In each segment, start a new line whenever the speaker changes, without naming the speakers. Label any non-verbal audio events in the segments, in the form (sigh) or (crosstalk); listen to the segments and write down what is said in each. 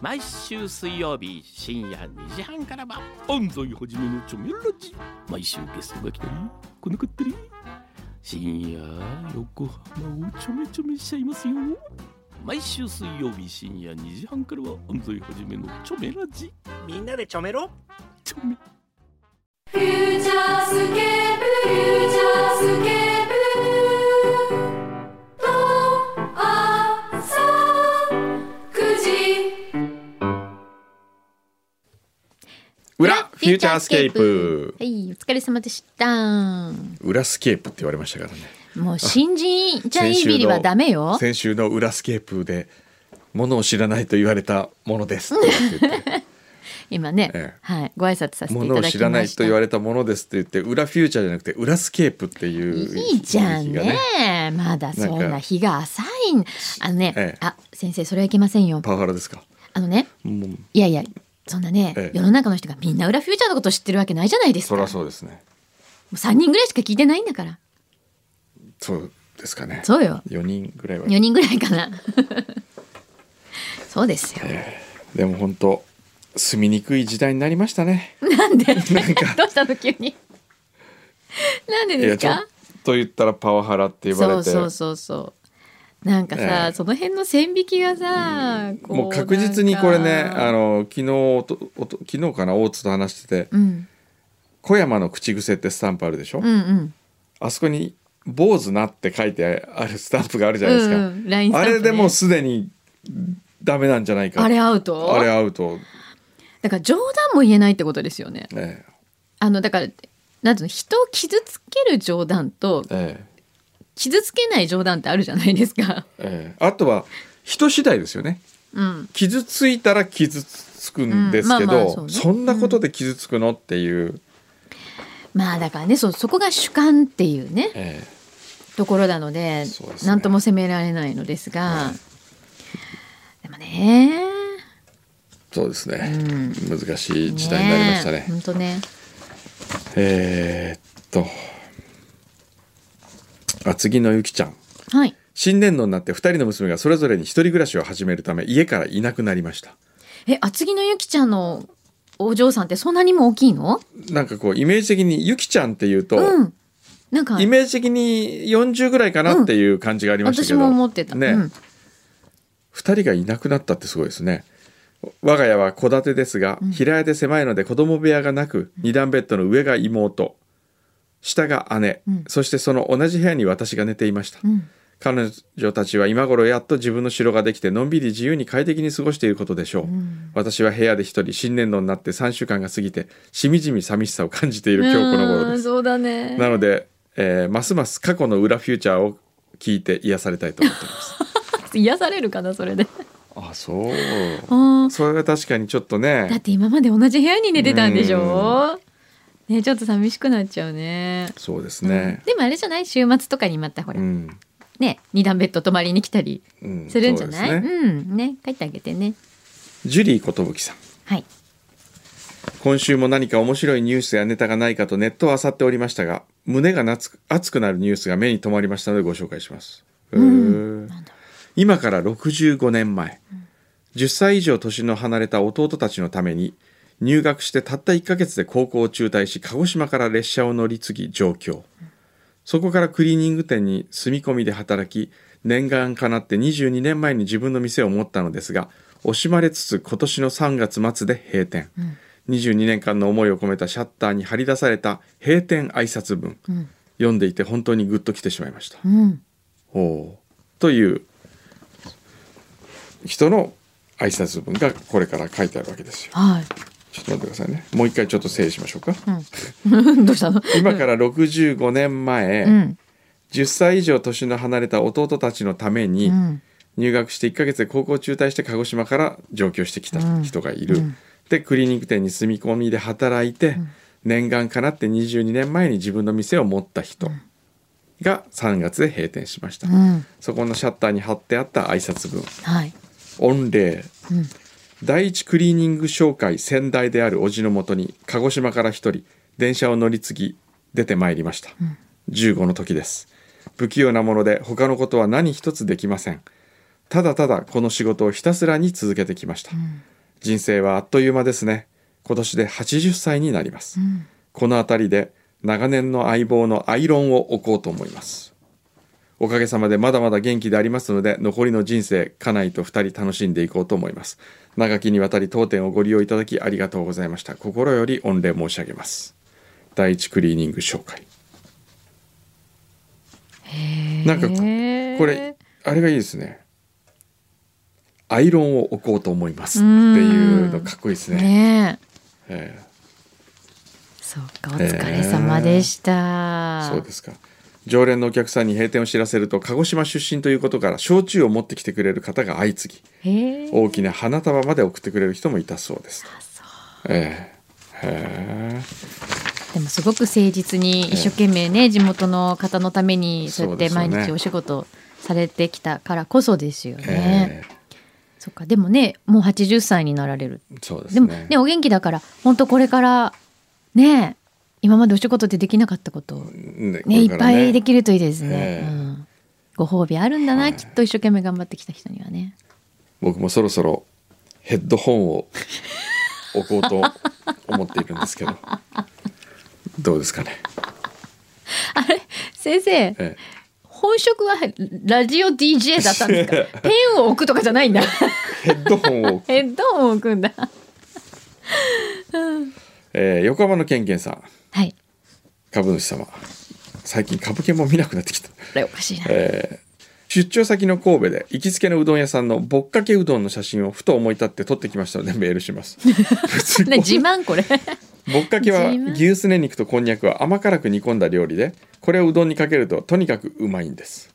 毎週水曜日深夜2時半からは安西はじめのチョメラジ毎週ゲストが来たり来なかったり深夜横浜をちょめちょめしちゃいますよ毎週水曜日深夜2時半からは安西はじめのチョメラジ
みんなでちょめろ
チョメ
フューチャースケープフューチャースケープと朝9時
裏フューチャースケープ
はいお疲れ様でした
裏スケープって言われましたからね
もう新人じゃいいビリはダメよ
先週の裏スケープでものを知らないと言われたものですって言
(laughs)
って
今ね、
ええ
はいご挨拶させてい
も
た
のを
だき
知らな
ま
い
し
と
た
言われたものですって言って裏フューチャーじゃなくて裏スケープっていう
いいじゃん
響き
ね
が
まだそん
なんか
な日が浅いあのね、
ええ
あ先生それはいけませんよ
パワハラですか
あのね
もう
いやいやそんなね、
ええ
世の中の人がみんな裏フューチャーのこと知ってるわけないじゃないです
そ
か
り
も
ゃそうですね
う3人ぐらいしか聞いてないんだから
そうですかね
そうよ
4人ぐらいは
4人ぐらいかな (laughs) そうですよ
でも本当住みにくい時代になりましたね
なんで
なんか
(laughs) どうしたの急になんで
い
で
や
す
ちょっ
か
と言ったらパワハラって言われ
そ
て
うそうそうそうなんかさ、
ええ
その辺の線引きがさ、こ
もう確実にこれね
なんか
あの昨日おとおと昨日かな大津と話してて、
うん、
小山の口癖ってスタンプあるでしょ、
うんうん
あそこに「坊主な」って書いてあるスタンプがあるじゃないですか、
うんうんラインスタ
あ
ンプね
れでもうすでにダメなんじゃないか
あれアウト
あれアウト、
だから冗談も言えないってことですよね
え
あのだからなんていうの人を傷つける冗談と
えええ
傷つけない冗談ってあるじゃないですか
ええあとは人次第ですよね
うん
傷ついたら傷つくんですけ
うんまあまあそ
ど、
うね
そんなことで傷つくのっていう、
まあだからねそうそこが主観っていうね
え
ところなので
そうですね
何とも責められないのですが、でもね
えそうですね、
うん
難しい時代になりましたね
本当ね
えーっとあ次のゆきちゃん
はい
新年度になって2人の娘がそれぞれに一人暮らしを始めるため家からいなくなりました
え厚木のゆきちゃんのお嬢さんってそんなにも大きいの
なんかこうイメージ的にゆきちゃんっていうと、
うんなんか
イメージ的に40ぐらいかなっていう感じがありましたけ
私
ど、
も思ってた、
ね、
うん、
2人がいなくなったってすごいですね我が家は戸建てですが、平屋で狭いので子供部屋がなく2段ベッドの上が妹下が姉、
ん
そしてその同じ部屋に私が寝ていました、
ん
彼女たちは今頃やっと自分の城ができてのんびり自由に快適に過ごしていることでしょう、私は部屋で一人新年度になって3週間が過ぎてしみじみ寂しさを感じている今日この頃
う
で
ん
す
そうだね
なので、えーますます過去の裏フューチャーを聞いて癒されたいと思っています
癒されるかなそれで
あそう
あー
それは確かにちょっと
だっ
ね
て今まで同じ部屋に寝てたんでしょねちょっと寂しくなっちゃうね
そうですね
でもあれじゃない週末とかにまたほら、
うん、
ね二段ベッド泊まりに来たり
うん
するんじゃない、
そううですね
んね書いてあげてね
ジュリー寿さん
はい
今週も何か面白いニュースやネタがないかとネットを漁っておりましたが胸がなつく熱くなるニュースが目に留まりましたのでご紹介します、へー今から65年前、10歳以上年の離れた弟たちのために入学してたった1ヶ月で高校を中退し鹿児島から列車を乗り継ぎ上京そこからクリーニング店に住み込みで働き念願かなって22年前に自分の店を持ったのですが惜しまれつつ今年の3月末で閉店、22年間の思いを込めたシャッターに貼り出された閉店挨拶文、読んでいて本当にグッときてしまいました、
うん
おーという人の挨拶文がこれから書いてあるわけですよ
は
ちょっと待ってくださいねもう一回ちょっと整理しましょうか
い (laughs) どうしたの
今から65年前、
うん
10歳以上年の離れた弟たちのために、
うん
入学して1ヶ月で高校を中退して鹿児島から上京してきた人がいる、でクリーニング店に住み込みで働いて、念願かなって22年前に自分の店を持った人が3月で閉店しました、
うん
そこのシャッターに貼ってあった挨拶文
はい
御礼、第一クリーニング商会先代である叔父のもとに鹿児島から一人電車を乗り継ぎ出てまいりました、15の時です不器用なもので他のことは何一つできませんただただこの仕事をひたすらに続けてきました、人生はあっという間ですね今年で80歳になります、この辺りで長年の相棒のアイロンを置こうと思いますおかげさまでまだまだ元気でありますので残りの人生家内と2人楽しんでいこうと思います長きにわたり当店をご利用いただきありがとうございました心より御礼申し上げます第一クリーニング紹介なんかここれあれがいいですねアイロンを置こうと思いますっていうのかっこいいですね
ねえ
ええ
そうかお疲れ様でした、
そうですか常連のお客さんに閉店を知らせると鹿児島出身ということから焼酎を持ってきてくれる方が相次ぎ
へえ
大きな花束まで送ってくれる人もいたそうです
そ
ええへえ
うでもすごく誠実に一生懸命ね、地元の方のためにそうやって
そうです
毎
よね
日お仕事されてきたからこそですよね、
え
そっかでもねもう80歳になられる
えそうです
でも
ね
ねお元気だから本当これからね今までお仕事ってできなかったことをね
ね
いっぱいで
き
きるといいですね
え、え
うん、ご褒美あるんだな、
はい
きっと一生懸命頑張ってきた人にはね
僕もそろそろヘッドホンを置こうと思っているんですけどどうですかね、
先生
え
本職はラジオ DJ だったんですかペンを置くとかじゃないんだ (laughs)
え、ヘッドホンを、
ヘッドホンを置くんだ
ええ、横浜のケンケンさん
はい
株主様最近株券も見なくなってきた
これおかしいな、
えー出張先の神戸で行きつけのうどん屋さんのぼっかけうどんの写真をふと思い立って撮ってきましたのでメールします別に
(laughs) ね自慢これ
(laughs) ぼっかけは
自慢
牛すね肉とこんにゃくは甘辛く煮込んだ料理でこれをうどんにかけるととにかくうまいんです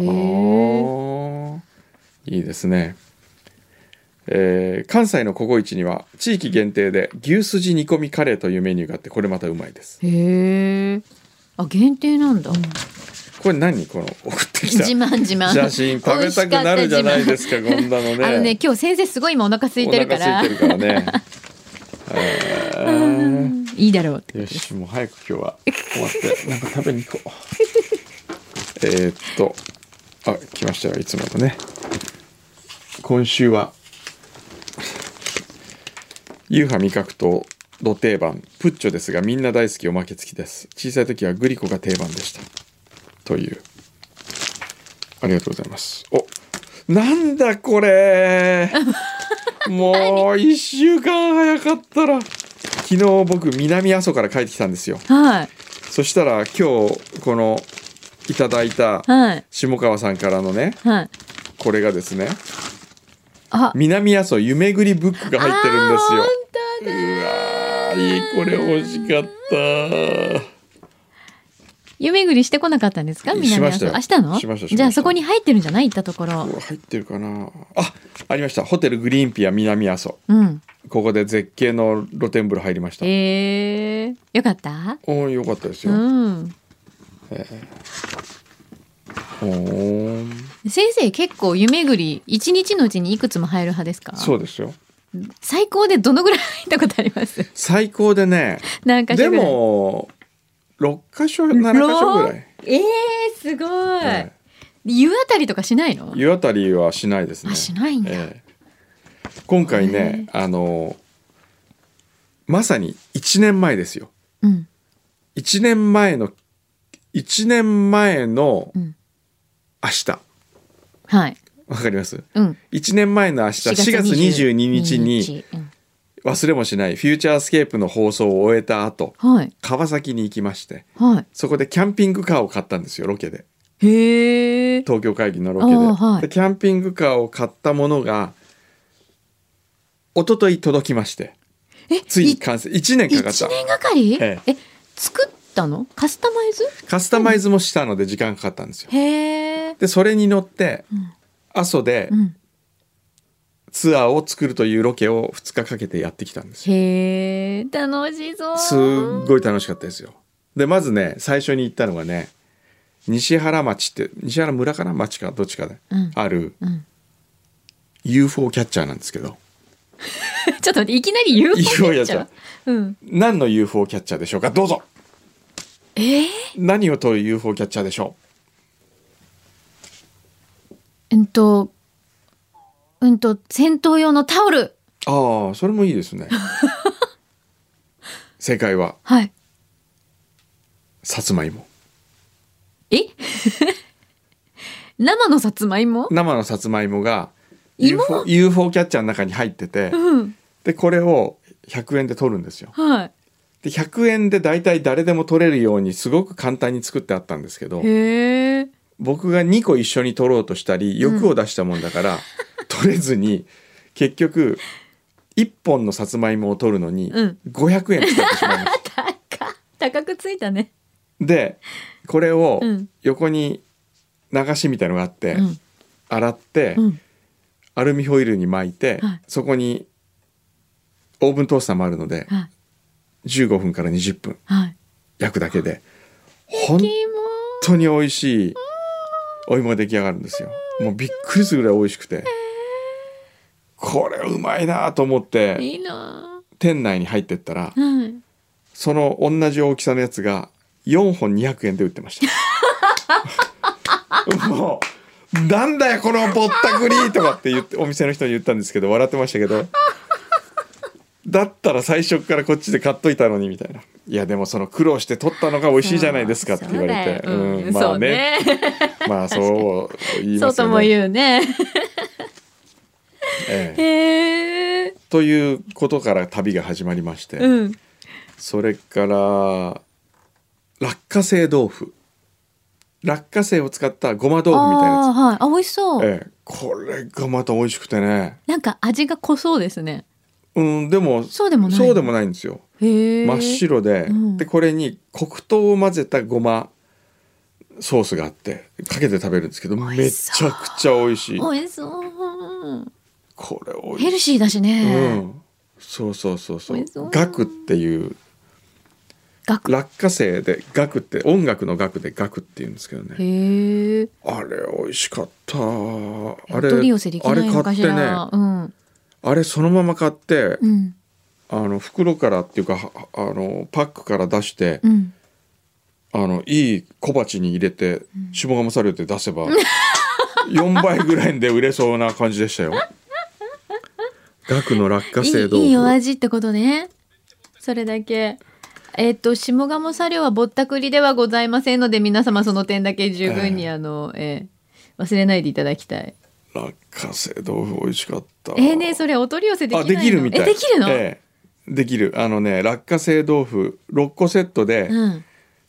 へえ
おーいいですね、えー関西のココイチには地域限定で牛すじ煮込みカレーというメニューがあってこれまたうまいです
へえあ限定なんだ、
これ何この送ってきた
自慢自慢
写真食べたくなるじゃないですかこんなのね
あのね今日先生すごい今お腹空いてるから
お腹空いてるからねえー
いいだろうって
よしもう早く今日は終わってなんか食べに
(laughs)
行こうえーっとあ来ましたよいつものね今週は夕飯味覚とど定番プッチョですがみんな大好きおまけ付きです小さい時はグリコが定番でしたというありがとうございますおなんだこれ
(laughs)
もう1週間早かったら昨日僕南阿蘇から帰ってきたんですよ
はい
そしたら今日このいただいた
はい
下川さんからのね
はい
これがですね
あ
南阿蘇夢ぐりブックが入ってるんですよ
あー本当だ
うわーいいこれ欲しかった
夢ぐりしてこなかったんですか南
しま
阿
した
蘇
よ
あしたの
しましたしました
じゃあそこに入ってるんじゃない行ったところ
うわ入ってるかなあありましたホテルグリーンピア南阿蘇
うん
ここで絶景の露天風呂入りました
へえよかった
おーよかったです
う
よ、
ん
おー
先生結構夢ぐり一日のうちにいくつも入る派ですか
そうですよ
最高でどのぐらい入ったことあります (laughs)
最高でね
何か
でも6箇所7箇所ぐらい、
えー、すごい、
え
湯あたりとかしないの
湯あたりはしないですね
あしないんだ
ええ今回ねあのまさに1年前ですよ
うん
1年前の1年前の
うん
明日
はい
わかります
うん
1年前の明日4月22日に、
うん
忘れもしないフューチャースケープの放送を終えた後
はい
川崎に行きまして
は
そこでキャンピングカーを買ったんですよロケで
いへえ
東京会議のロケで,、
あーはい
でキャンピングカーを買ったものが一昨日届きまして
え
ついに完成1年かかっ
一
た
年がかり、
え
え作ったのカスタマイズ
カスタマイズもしたので時間かかったんですよ
へえ
でそれに乗って阿蘇で
うん
ツアーを作るというロケを2日かけてやってきたんですよ
へえ楽しそう
すっごい楽しかったですよでまずね最初に行ったのがね西原町って西原村かな町かどっちかで、
うん
ある
うん
UFO キャッチャーなんですけど
(laughs) ちょっと待っていきなり UFO キャッチ
UFO
ャ
や
ーうん
何の UFO キャッチャーでしょうかどうぞ
えー、
何を問う UFO キャッチャーでしょ
うんとうんと戦闘用のタオル
うああそれもいいです (laughs) ね正解は
はい。
さつまいも
え (laughs) 生のさつまいも
生のさつまいもが
芋
UFO, UFO キャッチャーの中に入ってて
うん。
でこれを100円で取るんですよ
は
で100円で大体誰でも取れるようにすごく簡単に作ってあったんですけど
い。へえ。
僕が2個一緒に取ろうとしたり欲を出したもんだ (laughs) から、取れずに結局1本のさつまいもを取るのに
うん
500円使ってしまいました。
高っ高くついたね。
でこれを
うん
横に流しみたいのがあって、
うん。
洗って、
うん。
アルミホイルに巻いて、
はい
そこにオーブントースターもあるので
はい。
15分から20分
はい。
焼くだけで本
キモ
当に美味しいお芋が出来上がるんですよもうびっくりするぐらい美味しくてこれうまいなと思っ
ー
て
いいな
店内に入ってったら
ー。はい。
その同じ大きさのやつが4本200円で売ってま
(laughs)
したもうなんだよこのぼったくりとかって言ってお店の人に言ったんですけど笑ってましたけどだったら最初からこっちで買っといたのにみたいないやでもその苦労して取ったのが美味しいじゃないですかって言われて
そうだようん
ま
そ
あ
うね。 (laughs)
まあそう言い
そ
ま
う
す
と
よ
も
ね。
言うね。
ええ
へえ。
ということから旅が始まりまして、
うん。
それから落花生豆腐落花生を使ったごま豆腐みたい
ああ
な
はい。あ美味しそう。
やつ、ええ、これがまた美味しくてね
なんか味が濃そうですね。
うんでも
そうでもない。
そうでもないんですよ
へえ。
真っ。白で、
うん
でこれに黒糖を混ぜたごまソースがあってかけて食べるんですけど
美
め
味し
ち
そ
ゃ
う
くちゃ美味しい
美味しそう。
これ美味しい
ヘルシーだし
う
ね。
ん、そうそうそうそ
美
う
味しそう
楽っていう
学
落花生で楽って音楽の楽で楽っていうんですけどね
へえ。
あれ美味しかったあ
お
れ
取り寄せでき
あ
な
れ
いの
買
か
っ
して
ね
ら。うん。
あれそのまま買って、
うん。
あの袋からっていうかはあのパックから出して、
うん。
あのいい小鉢に入れて下鴨サルって出せば、4倍ぐらいで売れそうな感じでした
(laughs)
よ。楽の落花
い
生豆腐
いいいお味ってことねそれだけえっ、と下鴨茶寮はぼったくりではございませんので皆様その点だけ十分に、
え
あの、えー忘れないでいただきたい
落花生豆腐美味しかった。
えー、ねえそれお取り寄せできな
あ
いの
できるみたい
えできるの、
ええできるあのね落花生豆腐6個セットで
うん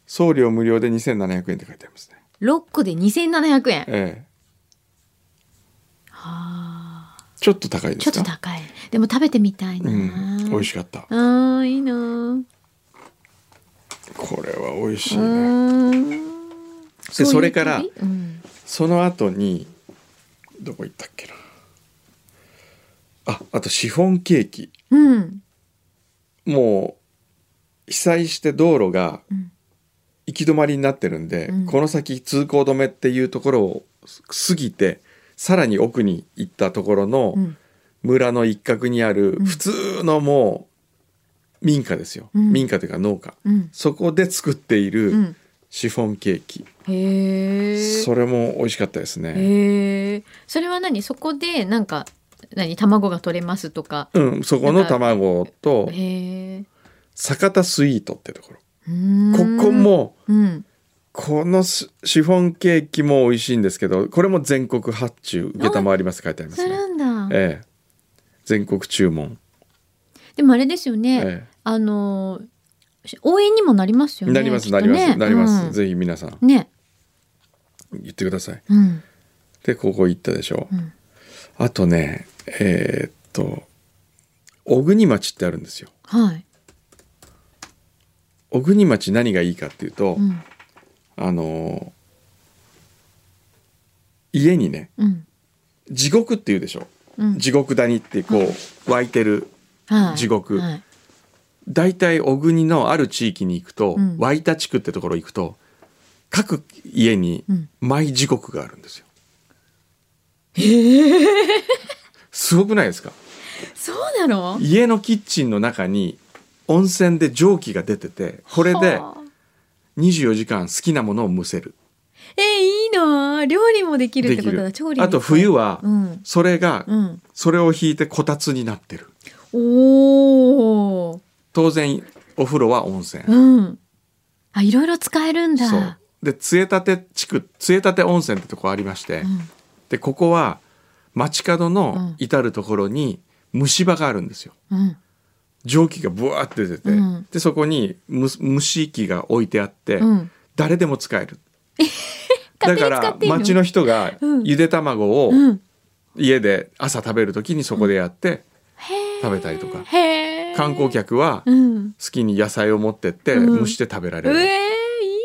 送料無料で2700円って書いてありますね
6個で2700円
ええ
はあ
ちょっと高いで
ちょ
す
っと
か
高いでも食べてみたいな、
うん美味しかった
あーいいなー
これは美味しいうね
ーんういう
それから
旅うん
その後にどこ行ったっけなああとシフォンケーキ
うん
もう被災して道路が
うん
行き止まりになってるんで、
うん
この先通行止めっていうところを過ぎてさらに奥に行ったところの、
うん
村の一角にある
うん
普通のもう民家ですよ、
うん
民家というか農家
うん
そこで作っていうる
ん
シフォンケーキ、
へえ
それも美味しかったですね、
へえ。それは何そこでなんか何卵が取れますとか。
うんそこの卵と
へえ。
酒田スイートってところ
うーん
ここ。も
うん。
このシシフォンケーキも美味しいんですけどこれも全国発注承ります書いてありますすね
るんだ。
ええ全国注文、
でもあれですよね。
え
あのし応援にもなります
え
よね。
なりま
き
す
っと
なります、
ね
なります、
うん
ぜひ皆さん
ね。
言ってください
うん。
でここ行ったでしょ、
うん。
あとね、えーっと、小国町ってあるんですよ。
はい。
小国町何がいいかっていうと、
うん。
あのー家にね、
うん。
地獄っていうでしょ。
うん。
地獄谷ってこう、湧いてる。
はい
地獄
はい。
大体小国のある地域に行くと
うん、
湧いた地区ってところ行くと、各家に
うん
マイ地獄があるんですよ。すごくないですか
そうなの？
家のキッチンの中に温泉で蒸気が出ててこれで
はあ
24時間好きなものを蒸せる
えいいなあ料理もできるっ
で
て
き
こと
る
だ調理
あと冬は
うん
それが
うん
それを引いてこたつになってる
おお
当然お風呂は温泉
うんあいろいろ使えるんだ
そうで杖立地区杖立温泉ってとこありまして、
ん
でここは街角
うん
の至る所に虫歯があるんですよ
うん
蒸気がブワーって出てて、
うん
でそこにむ虫器が置いてあって、
うん
誰でも使えるだか
勝手に使
ら
っていいの
町の人が
うん
ゆで卵を
うん
家で朝食べる時にそこでやって食べたりとか、
へえ
観光客は好
うん
きに野菜を持ってって
うん
蒸して食べら
う
れる、
えー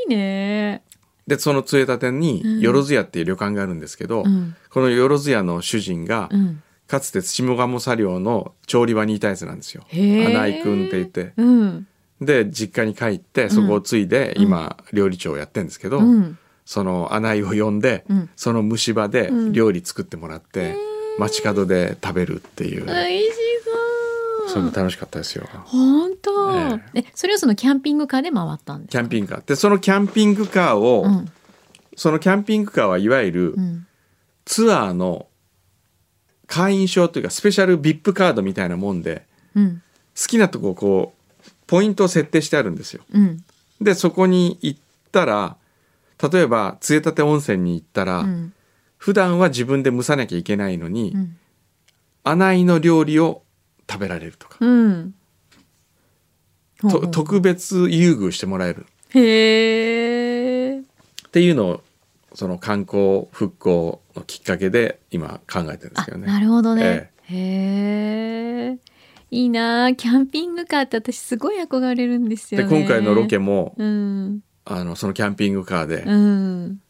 いいね
でその杖立
うん
によろずやっていう旅館があるんですけど、
うん
このよろずやの主人が、
うん
かつて下鴨砂領の調理場にいたやつなんですよ。
へー
穴井くんって言って
うん
で実家に帰ってそこを継いで、今料理長をやってるんですけど、
うん
その穴井を呼んで、
うん
その虫歯で
うん
料理作ってもらって、街角で食べるっていう、
おいし
そ
そ
れも
う
楽しかったですよ。
本当
え
えそれをそのキャンピングカーで回ったんです
キャンピングカーでそのキャンピングカーを、
うん
そのキャンピングカーはいわゆる
うん
ツアーの会員証というかスペシャル VIP カードみたいなもんで
うん
好きなとこをこうポイントを設定してあるんですよ。
うん
でそこに行ったら例えば杖立温泉に行ったら、
うん
普段は自分で蒸さなきゃいけないのに、
うん
穴井の料理を食べられるとか、
うんほうほ
と
う
特別優遇してもらえる
へえ
っていうのをその観光復興のきっかけで今考えてるんですけどね。
なるほどね
え、
へえいいなあキャンピングカーって私すごい憧れるんですよ
で
ね
今回のロケも、
うん
あのそのキャンピングカーで、
うん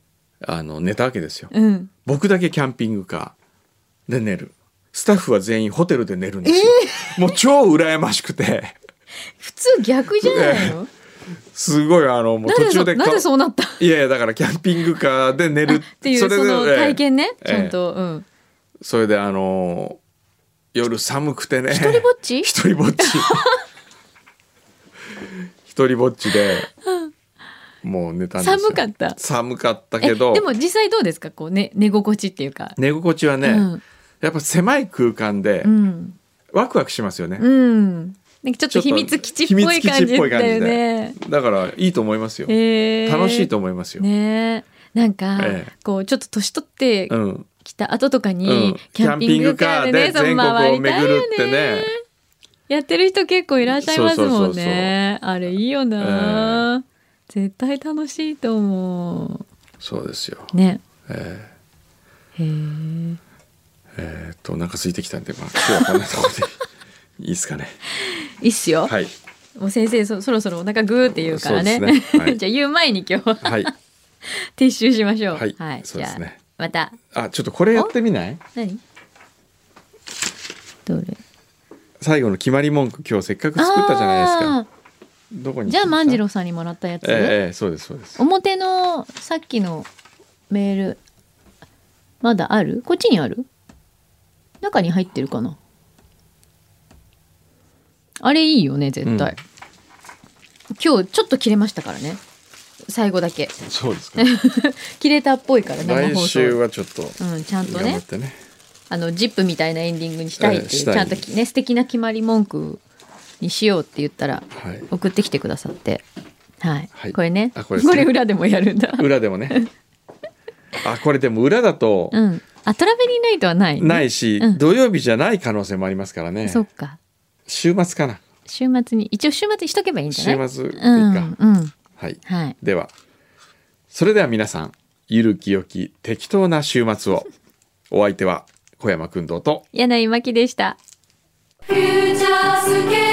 あの寝たわけですよ。
うん
僕だけキャンピングカーで寝るスタッフは全員ホテルで寝るんですよ、もう超羨ましくて
普通逆じゃないの、
すごいあのもう
なん
途
でそ
中でか
なんでそうなったっ
いやいやだからキャンピングカーで寝る
ていうそ
で
の
ええ
体験ね、
ええ
ちゃんと、うん
それであのー夜寒くてね
一人ぼっち
一人ぼっち一人ぼっちでもう寝たんですよ
寒かった
寒かった
え
けど
でも実際どうですかこう、ね、寝心地っていうか、
寝心地はね、
うん
やっぱ狭い空間で
うん
ワクワクしますよね、
うんなんかちょっ
ちょ
と
っと
秘密基地っぽい感じだよね
だからいいと思いますよ、
へえ
楽しいと思いますよ、
ねえなんか、
ええ
こうちょっと年取って
うん
きた後とかに、
うん
キャンピングカーでね
キャンピングカーで全国を巡るってね
その回りたいよやってる人結構いらっしゃいますもんね
そうそうそうそう
あれいいよな、絶対楽しいと思
そうですよ
うね
えー
へえ
えーっとお腹空いてきたんで、まあ、今日はこんなところでいいですかね
いいっすよ、
はい
もう先生そそろそろお腹グーって言うからね
そうですねはい
(laughs) じゃあ言う前に今日は
はい
撤収しましょう
はいそう
じ
で
ゃあ
すね
また
あちょっとこれやってみない
何どれ
最後の決まり文句今日せっかく作ったじゃないです
あ
か
ー
どこに
じゃあ万次
郎
郎さんにもらったやつ、
ええええそうですそうです
表のさっきのメールまだあるこっちにある中に入ってるかなあれいいよね絶対、今日ちょっと切れましたからね最後だけ
そう
(laughs)
ですか
切れたっぽいから生
来
放
週
送
はちょっと
うんちゃんと
頑張
ね
ってね
あのジップみたいなエンディングにしたいって
ええ
い
し
う、
たい
ちゃんときね素敵な決まり文句にしようって言ったら
はい
送ってきてくださってはい、
はい
これね
あこれですね
これ裏でもやるんだ
裏でもねあこれでも裏だと
うん。あ、トラベリーナイトはない、
ないし、
うん
土曜日じゃない可能性もありますからね
そっか。
週末かな
週末に、一応週末にしとけばいいんじゃない
週末でいいか
うん、うん。
はい
はい。
ではそれでは皆さんゆるきよき適当な週末をお相手は小山君堂と
柳井真紀でした。
フューチャースケ